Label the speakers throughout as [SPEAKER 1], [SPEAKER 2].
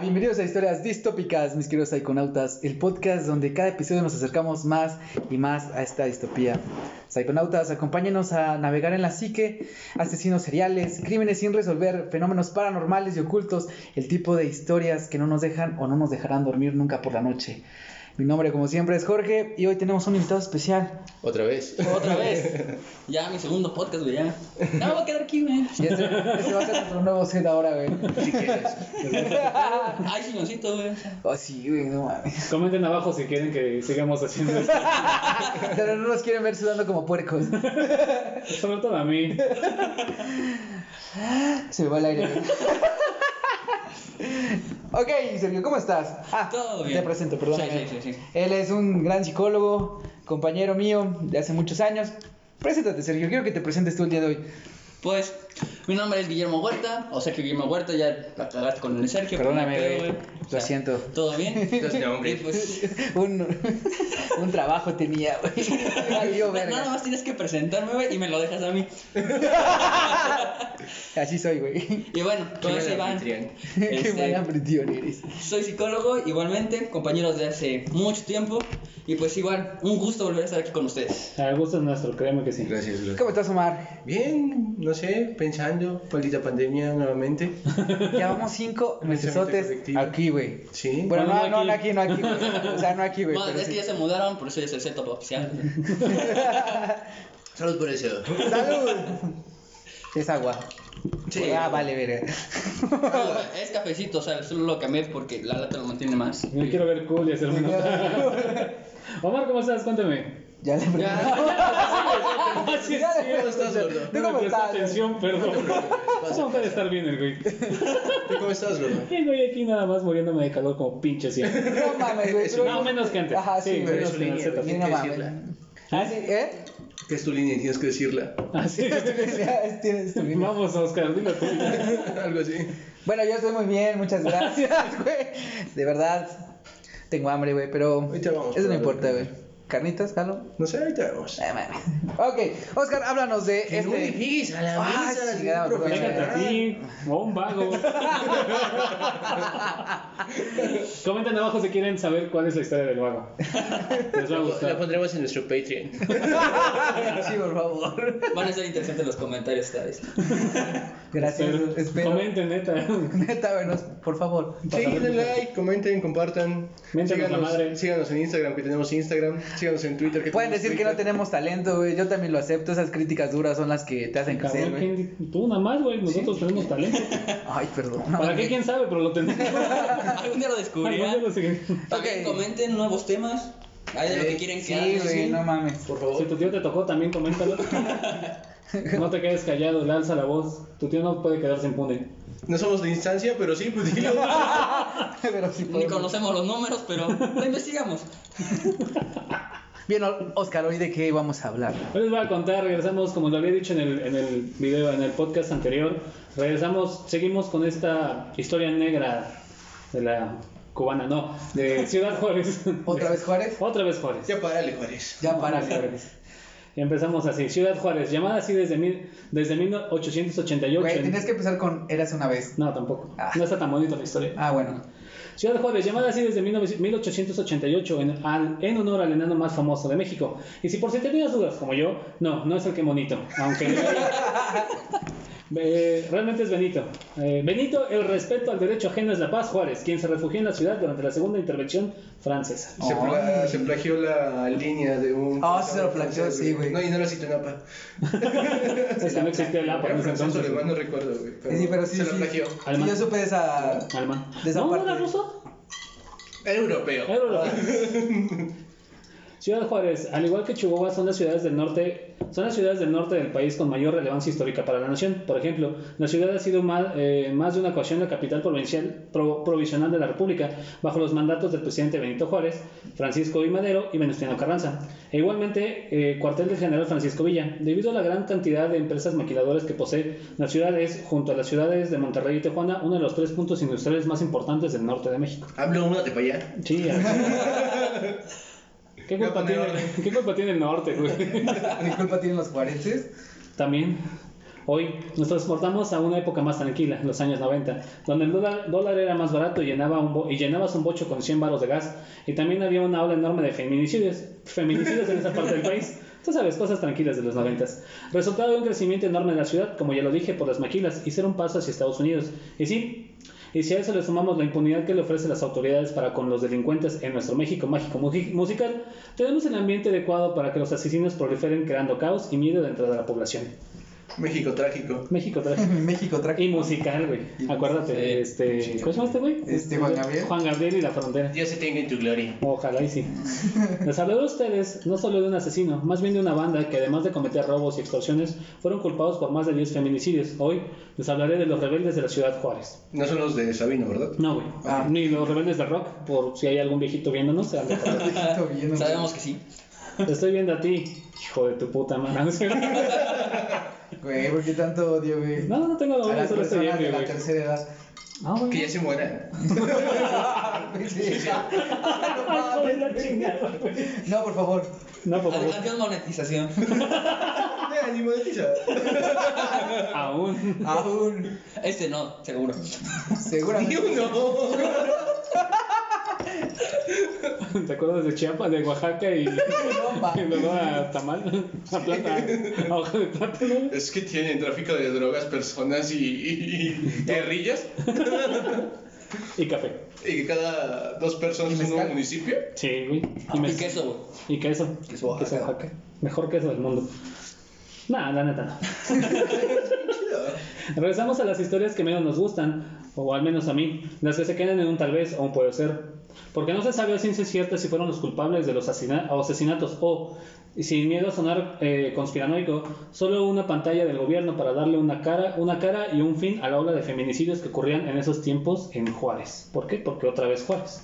[SPEAKER 1] bienvenidos a Historias Distópicas, mis queridos psiconautas, el podcast donde cada episodio nos acercamos más y más a esta distopía. Psiconautas, acompáñenos a navegar en la psique, asesinos seriales, crímenes sin resolver, fenómenos paranormales y ocultos, el tipo de historias que no nos dejan o no nos dejarán dormir nunca por la noche. Mi nombre, como siempre, es Jorge y hoy tenemos un invitado especial.
[SPEAKER 2] Otra vez.
[SPEAKER 3] Otra vez. Ya, mi segundo podcast, güey, ya. No, me voy a quedar aquí, güey.
[SPEAKER 1] Y ese, ese va a ser nuestro nuevo set ahora, güey.
[SPEAKER 2] Si quieres.
[SPEAKER 3] Ay, silloncito, güey.
[SPEAKER 1] Oh, sí, güey, no mames.
[SPEAKER 4] Comenten abajo si quieren que sigamos haciendo esto.
[SPEAKER 1] Pero no nos quieren ver sudando como puercos.
[SPEAKER 4] Sobre todo a mí.
[SPEAKER 1] Se me va el aire. güey. ok, Sergio, ¿cómo estás? Ah,
[SPEAKER 3] Todo bien.
[SPEAKER 1] Te presento, perdón.
[SPEAKER 3] Sí, sí, sí, sí.
[SPEAKER 1] Él es un gran psicólogo, compañero mío de hace muchos años. Preséntate, Sergio, quiero que te presentes tú el día de hoy.
[SPEAKER 3] Pues, mi nombre es Guillermo Huerta, o Sergio Guillermo Huerta, ya la cagaste con el Sergio.
[SPEAKER 1] Perdóname,
[SPEAKER 3] pero,
[SPEAKER 1] güey. Lo
[SPEAKER 3] O sea,
[SPEAKER 1] siento.
[SPEAKER 3] ¿Todo bien?
[SPEAKER 2] Dos nombres.
[SPEAKER 3] Y, pues,
[SPEAKER 1] Un, un trabajo tenía, güey. Valió verga.
[SPEAKER 3] nada más tienes que presentarme, güey, y me lo dejas a mí.
[SPEAKER 1] Así soy, güey.
[SPEAKER 3] Y bueno, todo
[SPEAKER 2] buen
[SPEAKER 3] eso Iván.
[SPEAKER 2] anfitrión.
[SPEAKER 1] Qué
[SPEAKER 3] Este,
[SPEAKER 1] buen anfitrión eres.
[SPEAKER 3] Soy psicólogo, igualmente, compañeros de hace mucho tiempo. Y pues, igual, un gusto volver a estar aquí con ustedes.
[SPEAKER 4] El gusto es nuestro, créeme que sí.
[SPEAKER 2] Gracias, gracias.
[SPEAKER 1] ¿Cómo estás, Omar?
[SPEAKER 2] Bien, no sé, pensando, maldita pandemia nuevamente.
[SPEAKER 1] Llevamos cinco mesesotes
[SPEAKER 2] colectivo.
[SPEAKER 1] aquí, güey.
[SPEAKER 2] Sí.
[SPEAKER 1] Bueno, no,
[SPEAKER 4] Bueno,
[SPEAKER 1] no, no
[SPEAKER 4] no
[SPEAKER 1] aquí,
[SPEAKER 4] aquí.
[SPEAKER 1] no aquí, güey. O sea, no aquí, güey.
[SPEAKER 3] Bueno,
[SPEAKER 1] pero
[SPEAKER 3] es que
[SPEAKER 1] sí.
[SPEAKER 3] ya se mudaron, por eso ya es el setup oficial.
[SPEAKER 2] Salud por eso.
[SPEAKER 1] ¡Salud! Es agua.
[SPEAKER 3] Sí.
[SPEAKER 1] Ah, vale, verga.
[SPEAKER 3] No, es cafecito, o sea, solo lo cambié porque la lata lo mantiene más.
[SPEAKER 4] Me quiero ver cool y hacerme notar. Omar, ¿cómo estás? Cuéntame.
[SPEAKER 1] Ya le pregunté.
[SPEAKER 4] Ah, sí,
[SPEAKER 1] Ya
[SPEAKER 4] sí.
[SPEAKER 1] le
[SPEAKER 2] ¿Cómo estás,
[SPEAKER 1] pregunté.
[SPEAKER 2] gordo?
[SPEAKER 1] ¿Tú
[SPEAKER 4] No me
[SPEAKER 1] cómo
[SPEAKER 4] presté
[SPEAKER 1] estás?
[SPEAKER 4] atención, perdón. ¿Cómo puede estar bien el güey?
[SPEAKER 2] ¿Tú cómo estás, gordo?
[SPEAKER 4] Vengo yo aquí nada más muriéndome de calor como pinche siempre.
[SPEAKER 1] No mames, güey.
[SPEAKER 2] Es
[SPEAKER 1] pero-
[SPEAKER 4] No, menos gente.
[SPEAKER 1] Ajá, sí,
[SPEAKER 4] Sí,
[SPEAKER 1] güey.
[SPEAKER 4] menos
[SPEAKER 2] es línea,
[SPEAKER 4] gente.
[SPEAKER 2] güey.
[SPEAKER 1] No
[SPEAKER 2] que
[SPEAKER 1] mames.
[SPEAKER 2] decirla.
[SPEAKER 1] Ah, sí, ¿eh?
[SPEAKER 2] ¿Qué es tu línea? Tienes que decirla.
[SPEAKER 4] Así
[SPEAKER 1] Ya Tienes tu línea.
[SPEAKER 4] Vamos, Oscar, dilo tú.
[SPEAKER 2] Algo así.
[SPEAKER 1] Bueno, yo estoy muy bien, muchas gracias, güey. De verdad, tengo hambre, güey, pero
[SPEAKER 2] Ahorita vamos
[SPEAKER 1] eso no
[SPEAKER 2] por
[SPEAKER 1] importa,
[SPEAKER 2] algo.
[SPEAKER 1] güey. ¿Carnitas, Carlos?
[SPEAKER 2] No sé, ahorita vemos.
[SPEAKER 1] Ok, Oscar, háblanos de
[SPEAKER 2] En un
[SPEAKER 1] este...
[SPEAKER 2] edificio, a la
[SPEAKER 1] Ah,
[SPEAKER 2] mesa,
[SPEAKER 1] chingada,
[SPEAKER 2] un
[SPEAKER 1] perdón.
[SPEAKER 4] Déjate a
[SPEAKER 2] profesional.
[SPEAKER 4] ti, o un vago. Comenten abajo si quieren saber cuál es la historia del vago. Les va
[SPEAKER 2] La
[SPEAKER 4] a gustar.
[SPEAKER 2] pondremos en nuestro Patreon.
[SPEAKER 1] Sí, por favor.
[SPEAKER 3] Van a ser interesantes los comentarios esta vez.
[SPEAKER 1] Gracias,
[SPEAKER 4] Espero.
[SPEAKER 1] espero.
[SPEAKER 4] Comenten, neta.
[SPEAKER 1] Neta, bueno, por favor.
[SPEAKER 2] Sí, denle like, comenten, compartan.
[SPEAKER 4] Miéntanos la
[SPEAKER 2] Síganos,
[SPEAKER 4] madre.
[SPEAKER 2] síganos en Instagram, que tenemos Instagram. Síganos en Twitter. Que
[SPEAKER 1] Pueden
[SPEAKER 2] tenemos
[SPEAKER 1] decir que no
[SPEAKER 2] Twitter.
[SPEAKER 1] tenemos talento, güey. Yo también lo acepto. Esas críticas duras son las que te hacen crecer,
[SPEAKER 4] Cabrón,
[SPEAKER 1] güey.
[SPEAKER 4] ¿quién- tú nada más, güey. Nosotros tenemos talento.
[SPEAKER 1] Ay, perdón.
[SPEAKER 4] ¿Para qué? ¿Quién sabe? Pero lo tenemos.
[SPEAKER 3] Algún día lo
[SPEAKER 4] Algún día lo
[SPEAKER 3] descubrirán.
[SPEAKER 4] seguiré.
[SPEAKER 3] También
[SPEAKER 1] Ok.
[SPEAKER 3] comenten nuevos temas. Hay de lo que quieren que
[SPEAKER 1] Sí,
[SPEAKER 3] hable,
[SPEAKER 1] güey, no mames.
[SPEAKER 2] Por
[SPEAKER 4] Si
[SPEAKER 2] favor.
[SPEAKER 4] tu tío te tocó, también coméntalo. No te quedes callado, le alza la voz. Tu tío no puede quedarse impune.
[SPEAKER 2] No somos de instancia, pero sí, pues dilo.
[SPEAKER 1] Pero sí
[SPEAKER 3] Ni
[SPEAKER 1] podemos.
[SPEAKER 3] conocemos los números, pero lo investigamos.
[SPEAKER 1] Bien, Oscar, ¿hoy de qué vamos a hablar?
[SPEAKER 4] Hoy les voy a contar, regresamos, como lo había dicho en el, en el video, en el podcast anterior, regresamos, seguimos con esta historia negra de la cubana, no, de Ciudad Juárez.
[SPEAKER 1] ¿Otra vez Juárez?
[SPEAKER 4] Otra vez Juárez.
[SPEAKER 2] Ya párale, Juárez.
[SPEAKER 1] Ya para,
[SPEAKER 4] Empezamos así, Ciudad Juárez, llamada así desde, mil, desde 1888.
[SPEAKER 1] Güey,
[SPEAKER 4] en-
[SPEAKER 1] tenías que empezar con Eras una vez.
[SPEAKER 4] No, tampoco.
[SPEAKER 1] Ah.
[SPEAKER 4] No está tan bonita la historia.
[SPEAKER 1] Ah, bueno.
[SPEAKER 4] Ciudad Juárez, llamada así desde 19- 1888 en, al- en honor al enano más famoso de México. Y si por si tenías dudas, como yo, no, no es el que monito, aunque... Eh, realmente es Benito. Eh, Benito, el respeto al derecho ajeno es la paz, Juárez, quien se refugió en la ciudad durante la segunda intervención francesa.
[SPEAKER 2] Se,
[SPEAKER 1] Oh.
[SPEAKER 2] pla- se plagió la línea de un.
[SPEAKER 1] Ah, se lo plagió, sí, güey.
[SPEAKER 2] No, y no lo citó Napa.
[SPEAKER 4] Es que no existía el APA
[SPEAKER 2] Era
[SPEAKER 4] en ese
[SPEAKER 2] francés o
[SPEAKER 4] entonces.
[SPEAKER 2] alemán, no recuerdo, güey.
[SPEAKER 1] Sí, pero sí,
[SPEAKER 2] Se
[SPEAKER 1] sí.
[SPEAKER 2] lo plagió.
[SPEAKER 1] Sí, yo supe de esa...
[SPEAKER 4] Alemán.
[SPEAKER 1] De esa
[SPEAKER 4] ¿No, no
[SPEAKER 1] parte.
[SPEAKER 4] era ruso?
[SPEAKER 2] Era europeo.
[SPEAKER 4] Era europeo. Ciudad Juárez, al igual que Chihuahua, son las ciudades del norte, son las ciudades del norte del país con mayor relevancia histórica para la nación. Por ejemplo, la ciudad ha sido más, eh, más de una ocasión la capital provincial pro- provisional de la República, bajo los mandatos del presidente Benito Juárez, Francisco I. Madero y Venustiano Carranza. E igualmente, eh, cuartel del general Francisco Villa. Debido a la gran cantidad de empresas maquiladoras que posee, la ciudad es, junto a las ciudades de Monterrey y Tijuana, uno de los tres puntos industriales más importantes del norte de México.
[SPEAKER 2] Hablo una de para allá.
[SPEAKER 4] Sí, a ver. ¿Qué
[SPEAKER 2] Voy a
[SPEAKER 4] culpa,
[SPEAKER 2] poner
[SPEAKER 4] tiene,
[SPEAKER 2] orden.
[SPEAKER 4] ¿Qué culpa tiene el norte, güey?
[SPEAKER 1] Disculpa, tienen los juarenses.
[SPEAKER 4] También. Hoy nos transportamos a una época más tranquila, los años 90, donde el dólar, dólar era más barato y, llenaba un bo- y llenabas un bocho con 100 baros de gas. Y también había una ola enorme de feminicidios, feminicidios en esa parte del país. Tú sabes, cosas tranquilas de los 90. Resultado de un crecimiento enorme de la ciudad, como ya lo dije, por las maquilas, y ser un paso hacia Estados Unidos. Y sí, y si a eso le sumamos la impunidad que le ofrecen las autoridades para con los delincuentes en nuestro México mágico muji- musical, tenemos el ambiente adecuado para que los asesinos proliferen creando caos y miedo dentro de la población.
[SPEAKER 2] México trágico.
[SPEAKER 4] México trágico.
[SPEAKER 1] México traje.
[SPEAKER 4] Y musical, güey.
[SPEAKER 1] Y
[SPEAKER 4] Acuérdate,
[SPEAKER 3] musical.
[SPEAKER 4] este. ¿Cómo se llama este güey?
[SPEAKER 1] Este, Juan Gabriel.
[SPEAKER 4] Juan Gabriel y la frontera.
[SPEAKER 2] Dios se tenga en tu gloria.
[SPEAKER 4] Ojalá y sí. Les hablé de ustedes no solo de un asesino, más bien de una banda que además de cometer robos y extorsiones, fueron culpados por más de 10 feminicidios. Hoy les hablaré de los rebeldes de la ciudad Juárez.
[SPEAKER 2] No son los de Sabino, ¿verdad?
[SPEAKER 4] No, güey.
[SPEAKER 1] Ah.
[SPEAKER 4] Ni los rebeldes de rock, por si hay algún viejito viéndonos. se han de acordar.
[SPEAKER 1] Está bien, ¿no?
[SPEAKER 3] Sabemos que sí.
[SPEAKER 4] Te estoy viendo a ti, hijo de tu puta madre.
[SPEAKER 1] Güey, ¿por qué tanto odio, güey?
[SPEAKER 4] No, no tengo
[SPEAKER 1] A
[SPEAKER 4] dolor,
[SPEAKER 1] las
[SPEAKER 4] solo estoy
[SPEAKER 1] personas de
[SPEAKER 4] ebrio,
[SPEAKER 1] la
[SPEAKER 4] güey.
[SPEAKER 1] tercera edad.
[SPEAKER 4] Ah, güey.
[SPEAKER 2] Que ya se mueran.
[SPEAKER 4] Hijo de la chingada, güey.
[SPEAKER 1] No, por favor.
[SPEAKER 4] No, por favor.
[SPEAKER 3] Adiós monetización.
[SPEAKER 2] Eh, ni monetiza.
[SPEAKER 4] Aún.
[SPEAKER 1] Aún.
[SPEAKER 3] Este no, seguro.
[SPEAKER 2] Ni
[SPEAKER 1] Seguramente.
[SPEAKER 2] uno.
[SPEAKER 4] ¿Te acuerdas de Chiapas, de Oaxaca y
[SPEAKER 1] Bomba.
[SPEAKER 4] y luego a Tamal? A plata, a hoja de plátano. güey?
[SPEAKER 2] Es que tienen tráfico de drogas, personas y, y- y guerrillas.
[SPEAKER 4] Y café.
[SPEAKER 2] Y que cada dos personas
[SPEAKER 1] Y
[SPEAKER 2] en un
[SPEAKER 1] mezcal.
[SPEAKER 2] municipio.
[SPEAKER 4] Sí, güey.
[SPEAKER 1] Ah,
[SPEAKER 4] Y,
[SPEAKER 3] Y
[SPEAKER 4] mes-
[SPEAKER 3] queso, güey.
[SPEAKER 4] Y queso.
[SPEAKER 2] Queso Oaxaca.
[SPEAKER 4] Oaxaca. Mejor queso del mundo. Nah, la neta no. Regresamos a las historias que menos nos gustan, o al menos a mí, las que se quedan en un tal vez o un puede ser. Porque no se sabe a ciencia cierta si fueron los culpables de los asesina- o asesinatos o, y sin miedo a sonar eh, conspiranoico, solo una pantalla del gobierno para darle una cara, una cara y un fin a la ola de feminicidios que ocurrían en esos tiempos en Juárez. ¿Por qué? Porque otra vez Juárez.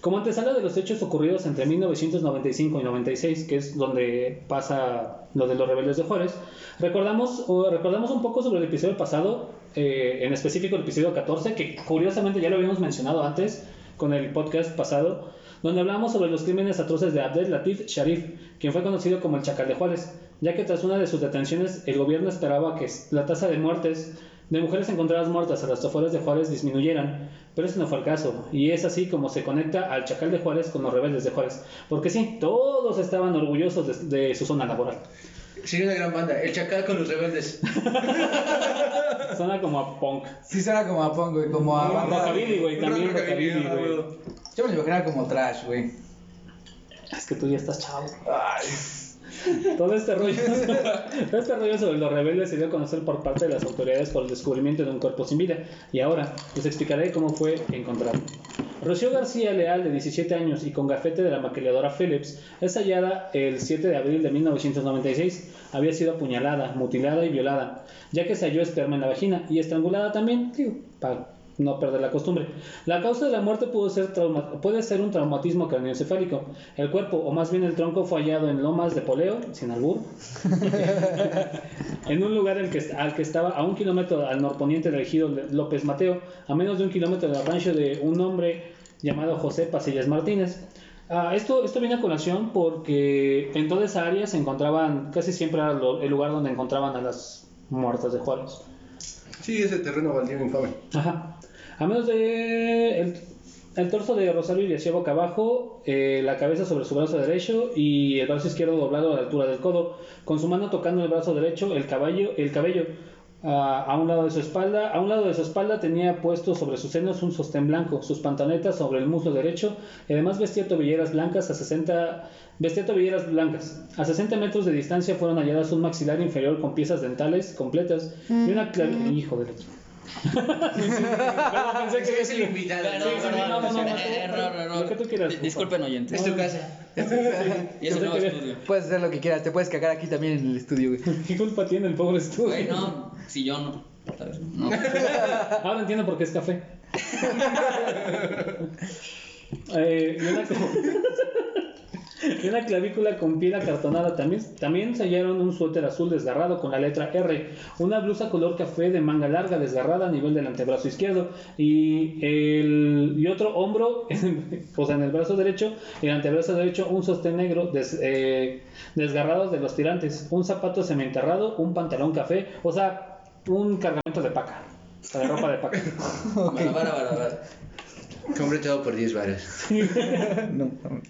[SPEAKER 4] Como antesala de los hechos ocurridos entre 1995 y 96, que es donde pasa lo de los rebeldes de Juárez, recordamos, o recordamos un poco sobre el episodio pasado, eh, en específico el episodio 14, que curiosamente ya lo habíamos mencionado antes con el podcast pasado, donde hablamos sobre los crímenes atroces de Abdel Latif Sharif, quien fue conocido como el Chacal de Juárez, ya que tras una de sus detenciones el gobierno esperaba que la tasa de muertes de mujeres encontradas muertas a las afueras de Juárez disminuyeran, pero ese no fue el caso, y es así como se conecta al Chacal de Juárez con los rebeldes de Juárez, porque sí, todos estaban orgullosos de, de su zona laboral.
[SPEAKER 2] Sería una gran banda. El chacal con los rebeldes.
[SPEAKER 4] Zona como a punk.
[SPEAKER 1] Sí suena como a Pongo, güey. Como a banda.
[SPEAKER 4] Rockabilly, güey, también
[SPEAKER 2] Rock, rockabilly,
[SPEAKER 4] rockabilly,
[SPEAKER 2] ah,
[SPEAKER 4] güey.
[SPEAKER 2] huevo.
[SPEAKER 1] Yo me lo imaginaba como trash, güey.
[SPEAKER 4] Es que tú ya estás chavo. Todo este rollo, todo este rollo sobre los rebeldes se dio a conocer por parte de las autoridades por el descubrimiento de un cuerpo sin vida. Y ahora les explicaré cómo fue encontrado. Rocío García Leal, de 17 años y con gafete de la maquiladora Phillips, es hallada el 7 de abril de 1996. Había sido apuñalada, mutilada y violada, ya que se halló esperma en la vagina y estrangulada también, digo, para no perder la costumbre. La causa de la muerte pudo ser trauma- puede ser un traumatismo craneoencefálico. El cuerpo, o más bien el tronco, fue hallado en Lomas de Poleo, sin albur, en un lugar en que, al que estaba a un kilómetro al norponiente del ejido López Mateo, a menos de un kilómetro del rancho de un hombre llamado José Pasillas Martínez. Ah, esto, esto viene a colación porque en toda esa área se encontraban, casi siempre era lo- el lugar donde encontraban a las muertas de Juárez.
[SPEAKER 2] Sí, ese terreno baldío infame.
[SPEAKER 4] Ajá. A menos de el, el torso de Rosario yacía boca abajo, eh, la cabeza sobre su brazo derecho y el brazo izquierdo doblado a la altura del codo, con su mano tocando el brazo derecho, el caballo, el cabello ah, a un lado de su espalda, a un lado de su espalda tenía puesto sobre sus senos un sostén blanco, sus pantaletas sobre el muslo derecho, y además vestía tobilleras blancas a 60 vestía tobilleras blancas. A 60 metros de distancia fueron halladas un maxilar inferior con piezas dentales completas y una clave... hijo de la- Perdón, pensé que-
[SPEAKER 2] es el invitado.
[SPEAKER 3] Perdón,
[SPEAKER 4] sí,
[SPEAKER 3] perdón,
[SPEAKER 4] no, no, no,
[SPEAKER 3] eh,
[SPEAKER 4] no,
[SPEAKER 3] eh,
[SPEAKER 4] no,
[SPEAKER 3] no, no,
[SPEAKER 4] lo
[SPEAKER 3] no.
[SPEAKER 4] que tú quieras,
[SPEAKER 3] Di-
[SPEAKER 4] por
[SPEAKER 3] Disculpen, oyentes.
[SPEAKER 2] Es tu casa.
[SPEAKER 3] Y es un
[SPEAKER 4] Yo
[SPEAKER 3] nuevo
[SPEAKER 4] sé que-
[SPEAKER 3] estudio.
[SPEAKER 1] Puedes hacer lo que quieras. Te puedes cagar aquí también en el estudio, güey.
[SPEAKER 4] ¿Qué culpa tiene el pobre estudio?
[SPEAKER 3] Güey, no, si yo no. ¿sabes? No.
[SPEAKER 4] Ahora entiendo por qué es café. Eh, y una co- Y una clavícula con piel acartonada. También, también se hallaron un suéter azul desgarrado con la letra R, una blusa color café de manga larga desgarrada a nivel del antebrazo izquierdo y, el, y otro hombro, o sea, en el brazo derecho, el antebrazo derecho, un sostén negro des- eh, desgarrado de los tirantes, un zapato sementerrado, un pantalón café, o sea, un cargamento de paca. O sea, de ropa de paca.
[SPEAKER 3] Vara, vara, vara, vara.
[SPEAKER 2] Compré todo por 10 varas.
[SPEAKER 1] No, no.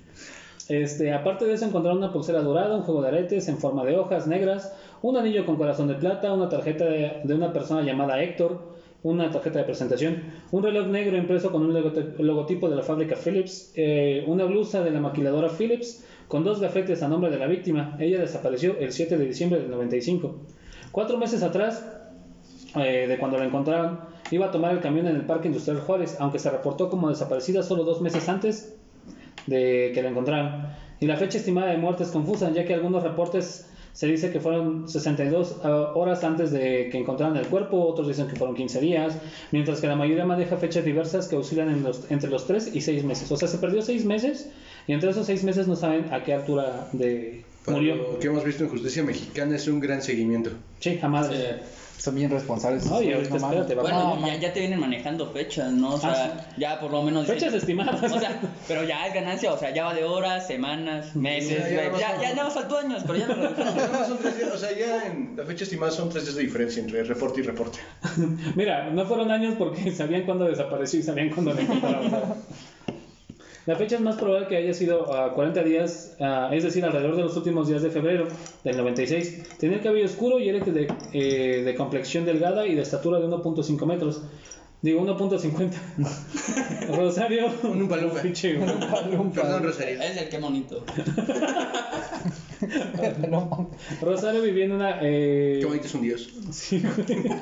[SPEAKER 4] Este, aparte de eso, encontraron una pulsera dorada, un juego de aretes en forma de hojas negras, un anillo con corazón de plata, una tarjeta de, de una persona llamada Héctor, una tarjeta de presentación, un reloj negro impreso con un logote- logotipo de la fábrica Philips, eh, una blusa de la maquiladora Philips con dos gafetes a nombre de la víctima. Ella desapareció el 7 de diciembre del 95. Cuatro meses atrás, eh, de cuando la encontraron, iba a tomar el camión en el Parque Industrial Juárez, aunque se reportó como desaparecida solo dos meses antes de que la encontraron. Y la fecha estimada de muerte es confusa, ya que algunos reportes se dice que fueron 62 eh, horas antes de que encontraran el cuerpo, otros dicen que fueron 15 días, mientras que la mayoría maneja fechas diversas que oscilan en los- entre los 3 y 6 meses. O sea, se perdió 6 meses y entre esos 6 meses no saben a qué altura de
[SPEAKER 2] Para
[SPEAKER 4] murió.
[SPEAKER 2] Lo que hemos visto en Justicia Mexicana es un gran seguimiento.
[SPEAKER 4] Sí, a madre.
[SPEAKER 3] Eh,
[SPEAKER 1] Son bien responsables. esos
[SPEAKER 4] Ay,
[SPEAKER 1] güeyes,
[SPEAKER 4] ahorita
[SPEAKER 1] mames.
[SPEAKER 4] espérate, va.
[SPEAKER 3] Bueno,
[SPEAKER 1] No,
[SPEAKER 3] ya, ya te vienen manejando fechas, ¿no? O sea,
[SPEAKER 4] Ah,
[SPEAKER 3] ya por lo menos.
[SPEAKER 4] Fechas estimadas.
[SPEAKER 3] O sea, pero ya es ganancia, o sea, ya va de horas, semanas, meses,
[SPEAKER 2] Ya, ya
[SPEAKER 3] güey.
[SPEAKER 2] vas
[SPEAKER 3] Ya,
[SPEAKER 2] a-
[SPEAKER 3] ya, nada más faltó años, pero ya lo redujeron.
[SPEAKER 2] Nada más son tres días, o sea, ya en la fecha estimada son tres días de diferencia entre reporte y reporte.
[SPEAKER 4] Mira, no fueron años porque sabían cuándo desapareció y sabían cuándo le encontraron. La fecha es más probable que haya sido a 40 días, ah, es decir, alrededor de los últimos días de febrero del 96. Tenía el cabello oscuro y era de, eh, de complexión delgada y de estatura de 1.5 metros. Digo, 1.50. Rosario.
[SPEAKER 2] Un Oompa-Loompa.
[SPEAKER 4] Pinche, güey.
[SPEAKER 2] Perdón, Rosario.
[SPEAKER 3] Es el que bonito.
[SPEAKER 1] no mames.
[SPEAKER 4] Rosario vivía en una... eh,
[SPEAKER 2] Qué bonito es un dios.
[SPEAKER 4] Sí, güey.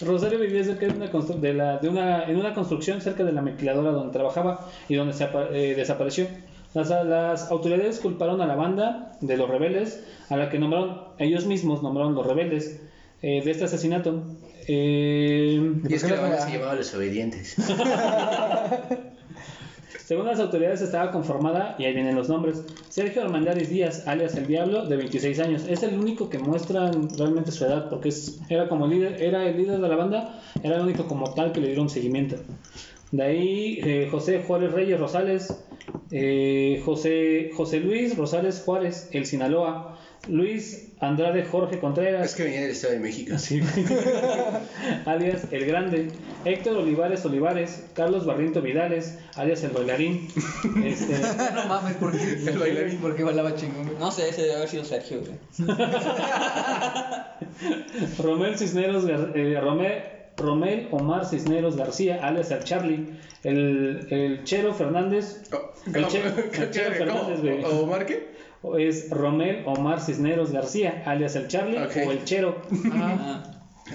[SPEAKER 4] Rosario vivía cerca de una, constru- de la- de una- en una construcción cerca de la maquiladora donde trabajaba y donde se apa- eh, desapareció. Las, las autoridades culparon a la banda de los rebeldes, a la que nombraron, ellos mismos nombraron los rebeldes eh, de este asesinato. Eh,
[SPEAKER 1] ¿Y por
[SPEAKER 2] Y es
[SPEAKER 1] qué
[SPEAKER 2] que la
[SPEAKER 1] no
[SPEAKER 2] banda
[SPEAKER 1] era?
[SPEAKER 2] se llamaba Los Obedientes.
[SPEAKER 4] Según las autoridades estaba conformada, y ahí vienen los nombres, Sergio Hernández Díaz, alias El Diablo, de 26 años. Es el único que muestran realmente su edad, porque es- era como líder, era el líder de la banda, era el único como tal que le dieron seguimiento. De ahí eh, José Juárez Reyes Rosales, eh, José, José Luis Rosales Juárez, el Sinaloa, Luis Andrade Jorge Contreras,
[SPEAKER 2] Es que venía del Estado de México.
[SPEAKER 4] Sí. alias El Grande, Héctor Olivares Olivares, Carlos Barriento Vidales, alias El Bailarín. Este,
[SPEAKER 1] No mames, ¿por qué?
[SPEAKER 2] El bailarín.
[SPEAKER 1] ¿Por qué bailaba chingón? güey?
[SPEAKER 3] No sé, ese debe haber sido Sergio, güey.
[SPEAKER 4] Romel Cisneros, Gar- eh, Romel, Romel Omar Cisneros García, alias El Charlie, el, el Chero Fernández,
[SPEAKER 2] Oh,
[SPEAKER 4] el Che- el
[SPEAKER 2] ¿cómo?
[SPEAKER 4] Chero Fernández, güey.
[SPEAKER 2] ¿Cómo? ¿Omar qué?
[SPEAKER 4] es Romel Omar Cisneros García, alias El Charlie
[SPEAKER 2] Ok.
[SPEAKER 4] o El Chero.
[SPEAKER 3] Ah,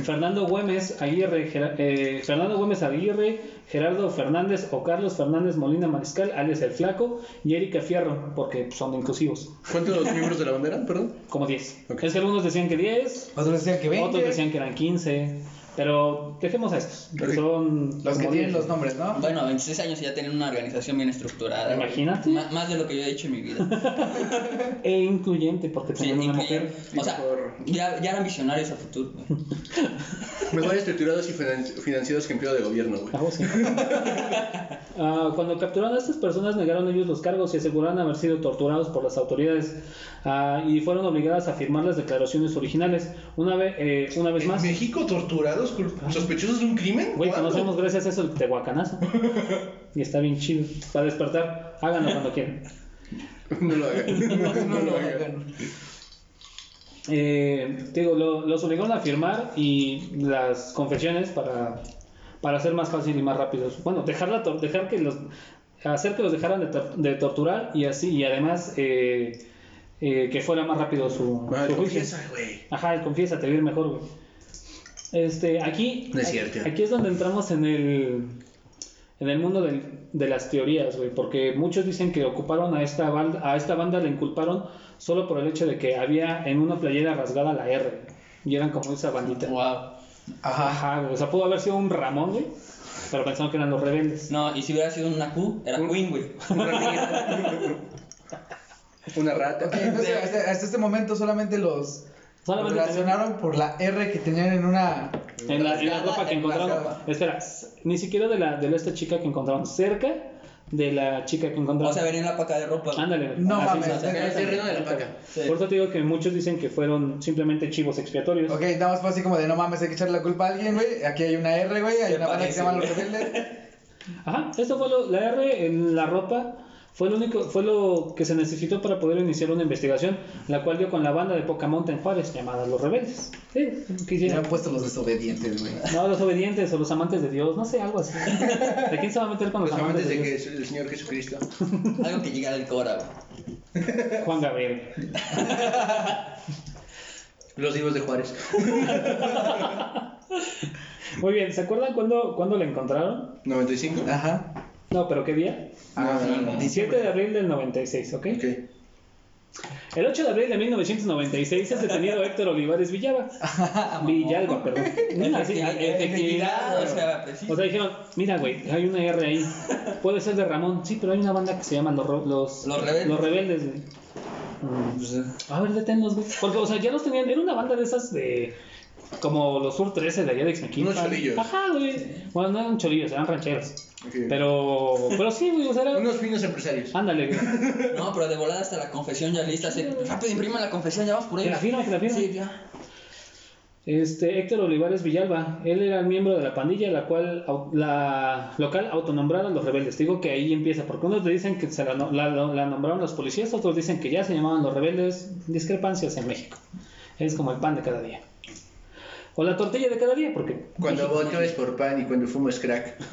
[SPEAKER 4] Fernando Güemes Aguirre, Gera- eh, Fernando Güemes Aguirre, Gerardo Fernández o Carlos Fernández Molina Mariscal, alias El Flaco, y Erika Fierro, porque pues, son inclusivos,
[SPEAKER 2] ¿Cuántos miembros de la bandera? Perdón.
[SPEAKER 4] como 10.
[SPEAKER 2] Ok.
[SPEAKER 4] Es que algunos decían que 10,
[SPEAKER 1] Otros decían que 20.
[SPEAKER 4] otros decían que eran 15, pero dejemos a estos, que
[SPEAKER 2] Ok.
[SPEAKER 4] son
[SPEAKER 1] Los que
[SPEAKER 4] como
[SPEAKER 1] tienen
[SPEAKER 4] 10.
[SPEAKER 1] los nombres, ¿no?
[SPEAKER 3] Bueno, 26 años y ya tienen una organización bien estructurada. güey.
[SPEAKER 4] Imagínate.
[SPEAKER 3] Ma- más de lo que yo he hecho en mi vida.
[SPEAKER 4] E incluyente, porque
[SPEAKER 3] Sí,
[SPEAKER 4] tener una
[SPEAKER 3] incluye-
[SPEAKER 4] mujer.
[SPEAKER 3] O sea, ya, ya eran visionarios a futuro, güey.
[SPEAKER 2] Mejor estructurados y finan- financiados que empleo de gobierno, güey.
[SPEAKER 4] Ah, sí. Ah, cuando capturaron a estas personas, negaron ellos los cargos y aseguraron haber sido torturados por las autoridades ah, y fueron obligadas a firmar las declaraciones originales. Una, vez una vez
[SPEAKER 2] ¿En
[SPEAKER 4] Pues más, Ah.
[SPEAKER 2] México torturados, cul- sospechosos de un crimen?
[SPEAKER 4] güey,
[SPEAKER 2] ¿Cuándo?
[SPEAKER 4] conocemos gracias a eso el tehuacanazo. y está bien chido. Para despertar, háganlo cuando quieran.
[SPEAKER 2] No lo hagan. No, lo hagan.
[SPEAKER 1] hagan.
[SPEAKER 4] Eh, te digo, lo- los obligaron a firmar y las confesiones para, para hacer más fácil y más rápido. Bueno, dejar, la tor- dejar que los hacer que los dejaran de, tor- de torturar y así y además eh, eh, que fuera más rápido su,
[SPEAKER 2] Ah,
[SPEAKER 4] su juicio.
[SPEAKER 2] confiesa, güey.
[SPEAKER 4] Ajá, el confiesa, te ir mejor, güey. Este, aquí,
[SPEAKER 2] No es cierto.
[SPEAKER 4] aquí es donde entramos en el, en el mundo del- de las teorías, güey, porque muchos dicen que ocuparon a esta banda, a esta banda le inculparon solo por el hecho de que había en una playera rasgada la R y eran como esa bandita.
[SPEAKER 3] Wow.
[SPEAKER 1] Ajá.
[SPEAKER 4] Ajá, güey, o sea, pudo haber sido un Ramón, güey, pero pensaron que eran los rebeldes.
[SPEAKER 3] No, y si hubiera sido una Q, era Queen, güey.
[SPEAKER 2] Una rata.
[SPEAKER 1] Ok, entonces hasta, hasta este momento solamente los
[SPEAKER 4] Solamente
[SPEAKER 1] relacionaron por la R que tenían en una.
[SPEAKER 4] En la, en la ropa que
[SPEAKER 1] En la
[SPEAKER 4] encontraron.
[SPEAKER 1] ropa.
[SPEAKER 4] Espera, s- ni siquiera de la de esta chica que encontraron. Cerca de la chica que encontraron.
[SPEAKER 3] O sea, venía en la paca de ropa.
[SPEAKER 4] Ándale.
[SPEAKER 1] No
[SPEAKER 4] así
[SPEAKER 1] mames,
[SPEAKER 4] se hace.
[SPEAKER 1] en el
[SPEAKER 5] terreno de la vaca.
[SPEAKER 3] Sí.
[SPEAKER 4] Por eso te digo que muchos dicen que fueron simplemente chivos expiatorios.
[SPEAKER 1] Ok, nada más fue así como de no mames, hay que echarle la culpa a alguien, güey. Aquí hay una R, güey, hay
[SPEAKER 3] Se
[SPEAKER 1] una banda que se llama Los
[SPEAKER 3] parece,
[SPEAKER 1] Rebeldes.
[SPEAKER 4] Ajá, esto fue lo- la R en la ropa. Fue lo, único, fue lo que se necesitó para poder iniciar una investigación, la cual dio con la banda de Pokémon en Juárez, llamada Los Rebeldes. Sí,
[SPEAKER 1] Me
[SPEAKER 4] quisiera.
[SPEAKER 1] han puesto los desobedientes, güey.
[SPEAKER 4] No, los obedientes o los amantes de Dios, no sé, algo así. ¿De quién se va a meter con los,
[SPEAKER 2] Los amantes de Pues que
[SPEAKER 4] Dios?
[SPEAKER 2] es el Señor Jesucristo.
[SPEAKER 3] Algo que llegara al Cora, güey.
[SPEAKER 4] Juan Gabriel.
[SPEAKER 2] Los divos de Juárez.
[SPEAKER 4] Muy bien, ¿se acuerdan cuándo, cuándo la encontraron?
[SPEAKER 2] 95.
[SPEAKER 4] Ah,
[SPEAKER 1] Ajá.
[SPEAKER 4] No, pero ¿qué día?
[SPEAKER 1] Ah,
[SPEAKER 2] No, no, no.
[SPEAKER 4] 17 de abril del 96, ¿ok?
[SPEAKER 2] Ok.
[SPEAKER 4] El 8 de abril de 1996 es detenido Héctor Olivares Villava. Ah, Villalba, perdón. Mira, sí, eh,
[SPEAKER 3] Efectividad, o sea, preciso.
[SPEAKER 4] O sea, dijeron, mira, güey, hay una R ahí. Puede ser de Ramón, sí, pero hay una banda que se llama Los, Ro- los,
[SPEAKER 3] Los Rebeldes.
[SPEAKER 4] Los Rebeldes, güey. Mm, A ver, deténlos, güey. Porque, o sea, ya los tenían. Era una banda de esas de. Como los Sur 13 de allá de Xmequilpan.
[SPEAKER 2] Unos cholillos.
[SPEAKER 4] Ajá, güey. Bueno, no eran cholillos, eran rancheros.
[SPEAKER 2] ok.
[SPEAKER 4] Pero. Ah, Pero sí, güey, o sea, era.
[SPEAKER 2] Unos finos empresarios.
[SPEAKER 4] Ándale, güey.
[SPEAKER 3] no, pero de volada hasta la confesión ya lista. Se... Rápido, imprima la confesión, ya vamos por
[SPEAKER 4] Que
[SPEAKER 3] ahí.
[SPEAKER 4] la firma, que la firma.
[SPEAKER 3] Sí, ya.
[SPEAKER 4] Este, Héctor Olivares Villalba, él era el miembro de la pandilla, la cual au- la local autonombrada Los Rebeldes. Te Digo que ahí empieza, porque unos te dicen que se la, no- la- la nombraron los policías, otros dicen que ya se llamaban Los Rebeldes. Discrepancias en México. Es como el pan de cada día. O la tortilla de cada día, porque
[SPEAKER 2] Cuando voto es por pan y cuando fumo es crack.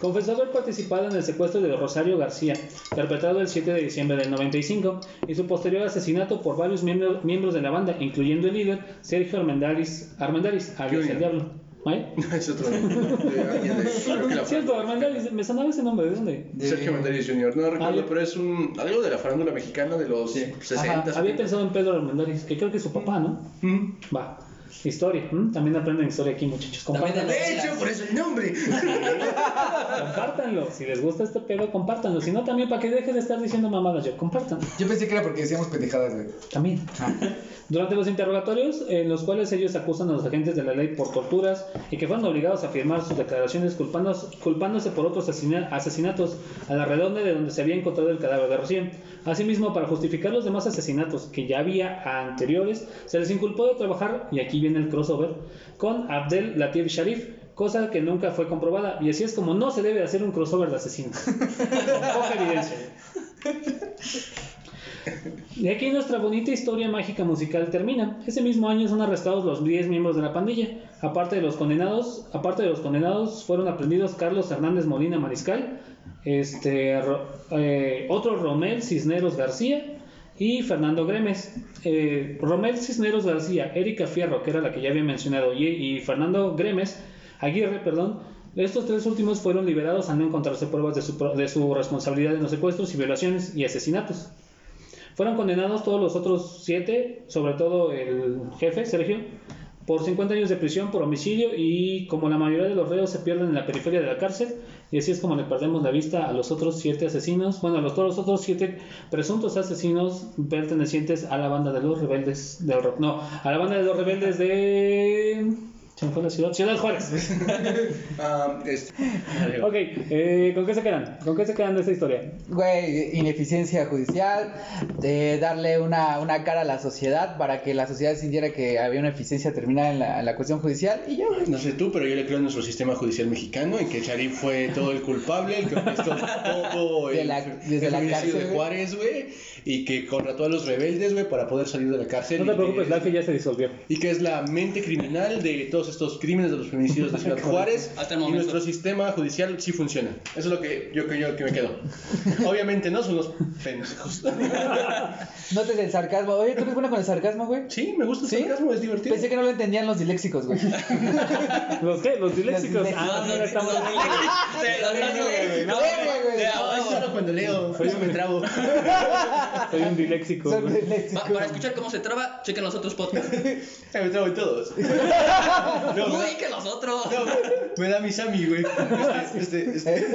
[SPEAKER 4] Confesó haber participado en el secuestro de Rosario García, perpetrado el 7 de diciembre del 95, y su posterior asesinato por varios miembro- miembros de la banda, incluyendo el líder Sergio Armendáriz, Armendáriz alias el
[SPEAKER 2] Junior.
[SPEAKER 4] Diablo. ¿Eh?
[SPEAKER 2] es otro. de alguien de- creo que la-
[SPEAKER 4] Cierto, Armendáriz, me sonaba ese nombre, ¿de dónde?
[SPEAKER 2] Sergio Mendáriz Jr. No
[SPEAKER 4] Ah, ya.
[SPEAKER 2] recuerdo, pero es un algo de la farándula mexicana de los 60.
[SPEAKER 4] Había
[SPEAKER 2] 70.
[SPEAKER 4] pensado en Pedro Armendáriz, que creo que es su papá, ¿no?
[SPEAKER 2] Mm.
[SPEAKER 4] Va, historia, ¿m? también aprenden historia aquí, muchachos. Compartan-
[SPEAKER 3] También
[SPEAKER 2] De hecho, por eso el nombre.
[SPEAKER 4] Compártanlo, si les gusta este pedo, compártanlo. Si no, también para que deje de estar diciendo mamadas yo, compártanlo.
[SPEAKER 1] Yo pensé que era porque decíamos pendejadas, güey.
[SPEAKER 4] También. Durante los interrogatorios, en los cuales ellos acusan a los agentes de la ley por torturas y que fueron obligados a firmar sus declaraciones culpanos- culpándose por otros asesina- asesinatos a la redonda de donde se había encontrado el cadáver de Rocío. Asimismo, para justificar los demás asesinatos que ya había anteriores, se les inculpó de trabajar, y aquí viene el crossover, con Abdel Latif Sharif, cosa que nunca fue comprobada, y así es como no se debe hacer un crossover de asesinos. con poca evidencia. Y aquí nuestra bonita historia mágica musical termina. Ese mismo año son arrestados los 10 miembros de la pandilla. Aparte de los condenados, aparte de los condenados fueron aprendidos Carlos Hernández Molina Mariscal, este, Ro- eh, otro Romel Cisneros García y Fernando Gremes. Eh, Romel Cisneros García, Erika Fierro, que era la que ya había mencionado, y, y Fernando Gremes, Aguirre, perdón, estos tres últimos fueron liberados al no encontrarse pruebas de su, pro- de su responsabilidad en los secuestros y violaciones y asesinatos. Fueron condenados todos los otros siete, sobre todo el jefe, Sergio, por 50 años de prisión por homicidio y como la mayoría de los reos se pierden en la periferia de la cárcel, y así es como le perdemos la vista a los otros siete asesinos, bueno, a los, todos los otros siete presuntos asesinos pertenecientes a la banda de los rebeldes del rock, no, a la banda de los rebeldes de... ¿Se me fue la ciudad? Ciudad Juárez.
[SPEAKER 2] Ah, este,
[SPEAKER 4] Ok, eh, ¿con qué se quedan? ¿Con qué se quedan de esta historia?
[SPEAKER 1] Güey, ineficiencia judicial, de darle una, una cara a la sociedad para que la sociedad sintiera que había una eficiencia terminada en la, en la cuestión judicial y ya, güey.
[SPEAKER 2] No sé tú, pero yo le creo en nuestro sistema judicial mexicano en que Sharif fue todo el culpable, el que orquestó todo
[SPEAKER 1] De
[SPEAKER 2] el,
[SPEAKER 1] la-
[SPEAKER 2] el
[SPEAKER 1] desde la
[SPEAKER 2] feminicidio
[SPEAKER 1] cárcel,
[SPEAKER 2] de
[SPEAKER 1] güey.
[SPEAKER 2] Juárez, güey, y que contrató a los rebeldes, güey, para poder salir de la cárcel.
[SPEAKER 4] No te
[SPEAKER 2] y
[SPEAKER 4] preocupes,
[SPEAKER 2] que-
[SPEAKER 4] la que ya se disolvió.
[SPEAKER 2] y que es la mente criminal de todos estos crímenes de los feminicidios de Ciudad Juárez.
[SPEAKER 3] Hasta el
[SPEAKER 2] y
[SPEAKER 3] momento.
[SPEAKER 2] nuestro sistema judicial sí funciona. Eso es lo que yo creo que me quedo. Obviamente no son los pendejos.
[SPEAKER 1] Notes el sarcasmo. Oye, ¿tú eres bueno con el sarcasmo, güey?
[SPEAKER 2] Sí, me gusta el
[SPEAKER 1] ¿Sí?
[SPEAKER 2] sarcasmo, es divertido.
[SPEAKER 1] Pensé que no lo entendían los diléxicos, güey.
[SPEAKER 4] ¿Los qué? Los diléxicos. Ah, mira, estamos
[SPEAKER 1] No, güey, güey.
[SPEAKER 2] No, es solo cuando leo, por eso me trabo.
[SPEAKER 4] Soy un diléxico.
[SPEAKER 1] Son
[SPEAKER 4] güey.
[SPEAKER 1] diléxicos.
[SPEAKER 3] para escuchar cómo se traba, chequen los otros podcasts.
[SPEAKER 2] Me trabo en todos. No,
[SPEAKER 3] Tú
[SPEAKER 2] ¿verdad?
[SPEAKER 3] di que los otros.
[SPEAKER 2] No, me da mi Sammy, güey. Este, este, este.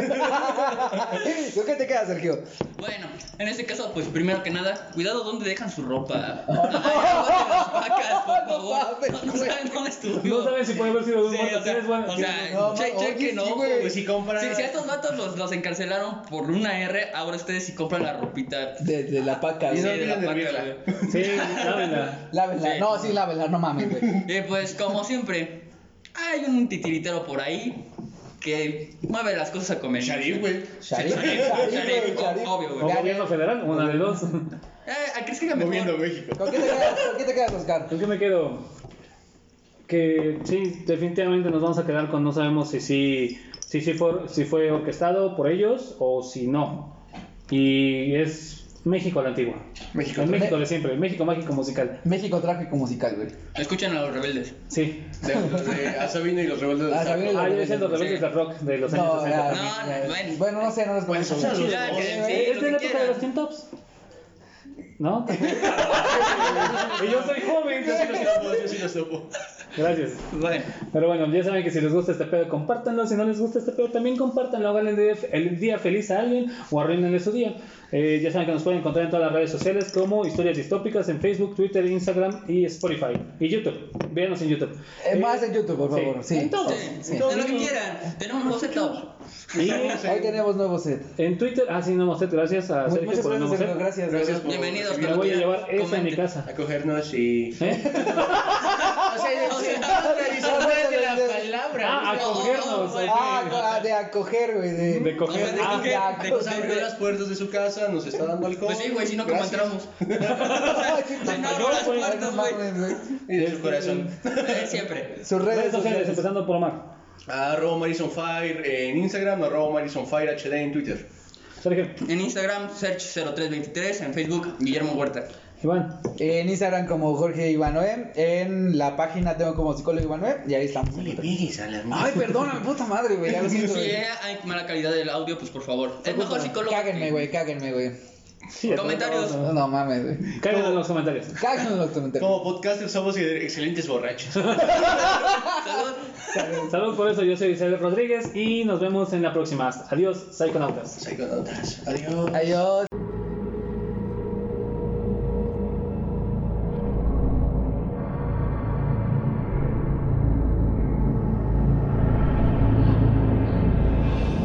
[SPEAKER 1] ¿Tú qué te queda, Sergio?
[SPEAKER 3] Bueno, en este caso, pues primero que nada, cuidado dónde dejan su ropa. Ay, aguante las vacas, por favor. No, no saben dónde estuvo.
[SPEAKER 4] No saben si puede haber sido de un
[SPEAKER 3] Sí,
[SPEAKER 4] muerto.
[SPEAKER 3] o sea,
[SPEAKER 4] tienes buena-
[SPEAKER 3] o sea,
[SPEAKER 1] No,
[SPEAKER 3] check,
[SPEAKER 1] ma-
[SPEAKER 3] check
[SPEAKER 1] oye,
[SPEAKER 3] que no,
[SPEAKER 1] sí, güey.
[SPEAKER 3] güey.
[SPEAKER 2] Pues si compran.
[SPEAKER 3] Si, si a estos vatos los, los encarcelaron por una R, ahora ustedes si compran la ropita.
[SPEAKER 1] De, de la paca, güey.
[SPEAKER 2] Y no
[SPEAKER 3] Sí, de la
[SPEAKER 2] olviden de
[SPEAKER 3] paca,
[SPEAKER 2] hervirla.
[SPEAKER 3] güey.
[SPEAKER 4] Sí, dámela.
[SPEAKER 1] Lávenla.
[SPEAKER 3] Sí.
[SPEAKER 1] No, sí, lávenla, no mames, güey.
[SPEAKER 3] Y pues, como siempre, hay un titiritero por ahí que mueve las cosas a comer.
[SPEAKER 2] Sharif, güey.
[SPEAKER 1] Sharif,
[SPEAKER 3] Sharif,
[SPEAKER 1] Sharif,
[SPEAKER 3] Sharif,
[SPEAKER 1] güey, Sharif.
[SPEAKER 3] obvio,
[SPEAKER 4] O
[SPEAKER 3] güey.
[SPEAKER 4] gobierno federal, una de dos.
[SPEAKER 3] Eh, ¿crees que la
[SPEAKER 2] Moviendo
[SPEAKER 3] mejor?
[SPEAKER 2] México.
[SPEAKER 1] ¿Con qué te quedas, con qué te quedas Oscar?
[SPEAKER 4] ¿Con qué me quedo? Que sí, definitivamente nos vamos a quedar con no sabemos si sí si, sí fue, si fue orquestado por ellos o si no. Y es México a la antigua.
[SPEAKER 2] México.
[SPEAKER 4] El México de siempre, el México mágico musical.
[SPEAKER 1] México trágico musical, güey.
[SPEAKER 3] Escuchan a los rebeldes.
[SPEAKER 4] Sí.
[SPEAKER 2] De, de a Sabino y los rebeldes de
[SPEAKER 1] A
[SPEAKER 2] Saco.
[SPEAKER 1] Sabino y los-
[SPEAKER 4] Ah, yo decía los rebeldes
[SPEAKER 3] Sí.
[SPEAKER 4] de rock de los años
[SPEAKER 1] No,
[SPEAKER 4] 60.
[SPEAKER 1] ya,
[SPEAKER 3] No,
[SPEAKER 1] ya,
[SPEAKER 3] no,
[SPEAKER 1] bueno.
[SPEAKER 3] bueno.
[SPEAKER 1] no sé, no los
[SPEAKER 2] Bueno,
[SPEAKER 1] conozco.
[SPEAKER 2] son
[SPEAKER 1] güey.
[SPEAKER 2] los-
[SPEAKER 3] Ya, que-
[SPEAKER 1] güey.
[SPEAKER 3] sí,
[SPEAKER 4] eh,
[SPEAKER 3] lo que
[SPEAKER 4] es de la época de
[SPEAKER 3] quieran.
[SPEAKER 4] los Teen Tops. ¿No? y yo soy joven.
[SPEAKER 2] Yo sí los topo, yo sí los topo.
[SPEAKER 4] Gracias.
[SPEAKER 3] Bueno,
[SPEAKER 4] Pero bueno, ya saben que si les gusta este pedo, compártanlo. Si no les gusta este pedo, también compártanlo. Háganle el día- el día feliz a alguien o arruinenle su día. Eh, ya saben que nos pueden encontrar en todas las redes sociales como Historias Distópicas en Facebook, Twitter, Instagram y Spotify. Y YouTube. Véanos en YouTube.
[SPEAKER 1] Eh,
[SPEAKER 4] Eh,
[SPEAKER 1] más en YouTube, por
[SPEAKER 4] sí.
[SPEAKER 1] favor. Sí.
[SPEAKER 4] En todo.
[SPEAKER 1] sí,
[SPEAKER 3] sí,
[SPEAKER 1] sí.
[SPEAKER 3] de lo que quieran. Tenemos un boceto.
[SPEAKER 4] Y
[SPEAKER 1] Hoy tenemos nuevo set.
[SPEAKER 4] en Twitter. Ah, sí, no, Mocet, gracias a
[SPEAKER 1] Mu-
[SPEAKER 4] Sergio
[SPEAKER 1] Muchas
[SPEAKER 4] por el
[SPEAKER 1] gracias,
[SPEAKER 4] nuevo
[SPEAKER 1] Sergio.
[SPEAKER 4] set.
[SPEAKER 1] Gracias.
[SPEAKER 2] Gracias
[SPEAKER 1] güey.
[SPEAKER 2] por-
[SPEAKER 3] Bienvenidos.
[SPEAKER 4] Me voy a llevar esa en mi
[SPEAKER 3] Comenten.
[SPEAKER 4] casa.
[SPEAKER 2] A cogernos y.
[SPEAKER 4] ¿Eh?
[SPEAKER 2] O sea,
[SPEAKER 3] o sea,
[SPEAKER 2] de
[SPEAKER 1] de-
[SPEAKER 2] la palabra.
[SPEAKER 4] Ah, a cogernos.
[SPEAKER 3] güey.
[SPEAKER 1] Ah, co- ah, de acoger, güey. De,
[SPEAKER 4] De
[SPEAKER 3] O sea,
[SPEAKER 4] coger.
[SPEAKER 3] de
[SPEAKER 4] Ah,
[SPEAKER 3] coger,
[SPEAKER 1] ya,
[SPEAKER 3] de
[SPEAKER 2] Nos abrió
[SPEAKER 3] coger.
[SPEAKER 2] las puertas de su casa, nos está dando alcohol.
[SPEAKER 3] Pues sí, güey, si no, ¿cómo
[SPEAKER 2] Gracias.
[SPEAKER 3] entramos?
[SPEAKER 1] Ay, qué
[SPEAKER 3] Se no
[SPEAKER 1] pendejo,
[SPEAKER 3] abrió las
[SPEAKER 1] güey.
[SPEAKER 3] puertas,
[SPEAKER 1] No
[SPEAKER 3] güey.
[SPEAKER 1] mames,
[SPEAKER 2] Y de su corazón.
[SPEAKER 3] Eh, Siempre.
[SPEAKER 1] Sus
[SPEAKER 4] redes sociales, empezando por Omar.
[SPEAKER 2] Arroba Marison Fire en Instagram, arroba Marison Fire HD en Twitter.
[SPEAKER 4] Sergio,
[SPEAKER 3] En Instagram, search0323. En Facebook, Guillermo Huerta.
[SPEAKER 4] Iván.
[SPEAKER 1] En Instagram como Jorge Ivanoe. En la página tengo como psicólogo Ivanoe. Y ahí estamos.
[SPEAKER 2] pigues a la
[SPEAKER 1] Ay, perdóname, puta madre, güey. Ya lo siento,
[SPEAKER 3] Si
[SPEAKER 1] güey.
[SPEAKER 3] hay mala calidad del audio, pues por favor. Es mejor psicólogo.
[SPEAKER 1] Cáguenme, güey, cáguenme, güey.
[SPEAKER 4] Sí,
[SPEAKER 3] Comentarios.
[SPEAKER 1] No, no mames, güey.
[SPEAKER 4] Cáiganlo en los comentarios.
[SPEAKER 1] Cáguenme los comentarios.
[SPEAKER 2] Como podcaster somos excelentes borrachos.
[SPEAKER 3] Salud.
[SPEAKER 4] Saludos por eso, yo soy Isabel Rodríguez y nos vemos en la próxima. Adiós, Psychonautas.
[SPEAKER 2] Psiconautas. Adiós.
[SPEAKER 1] Adiós.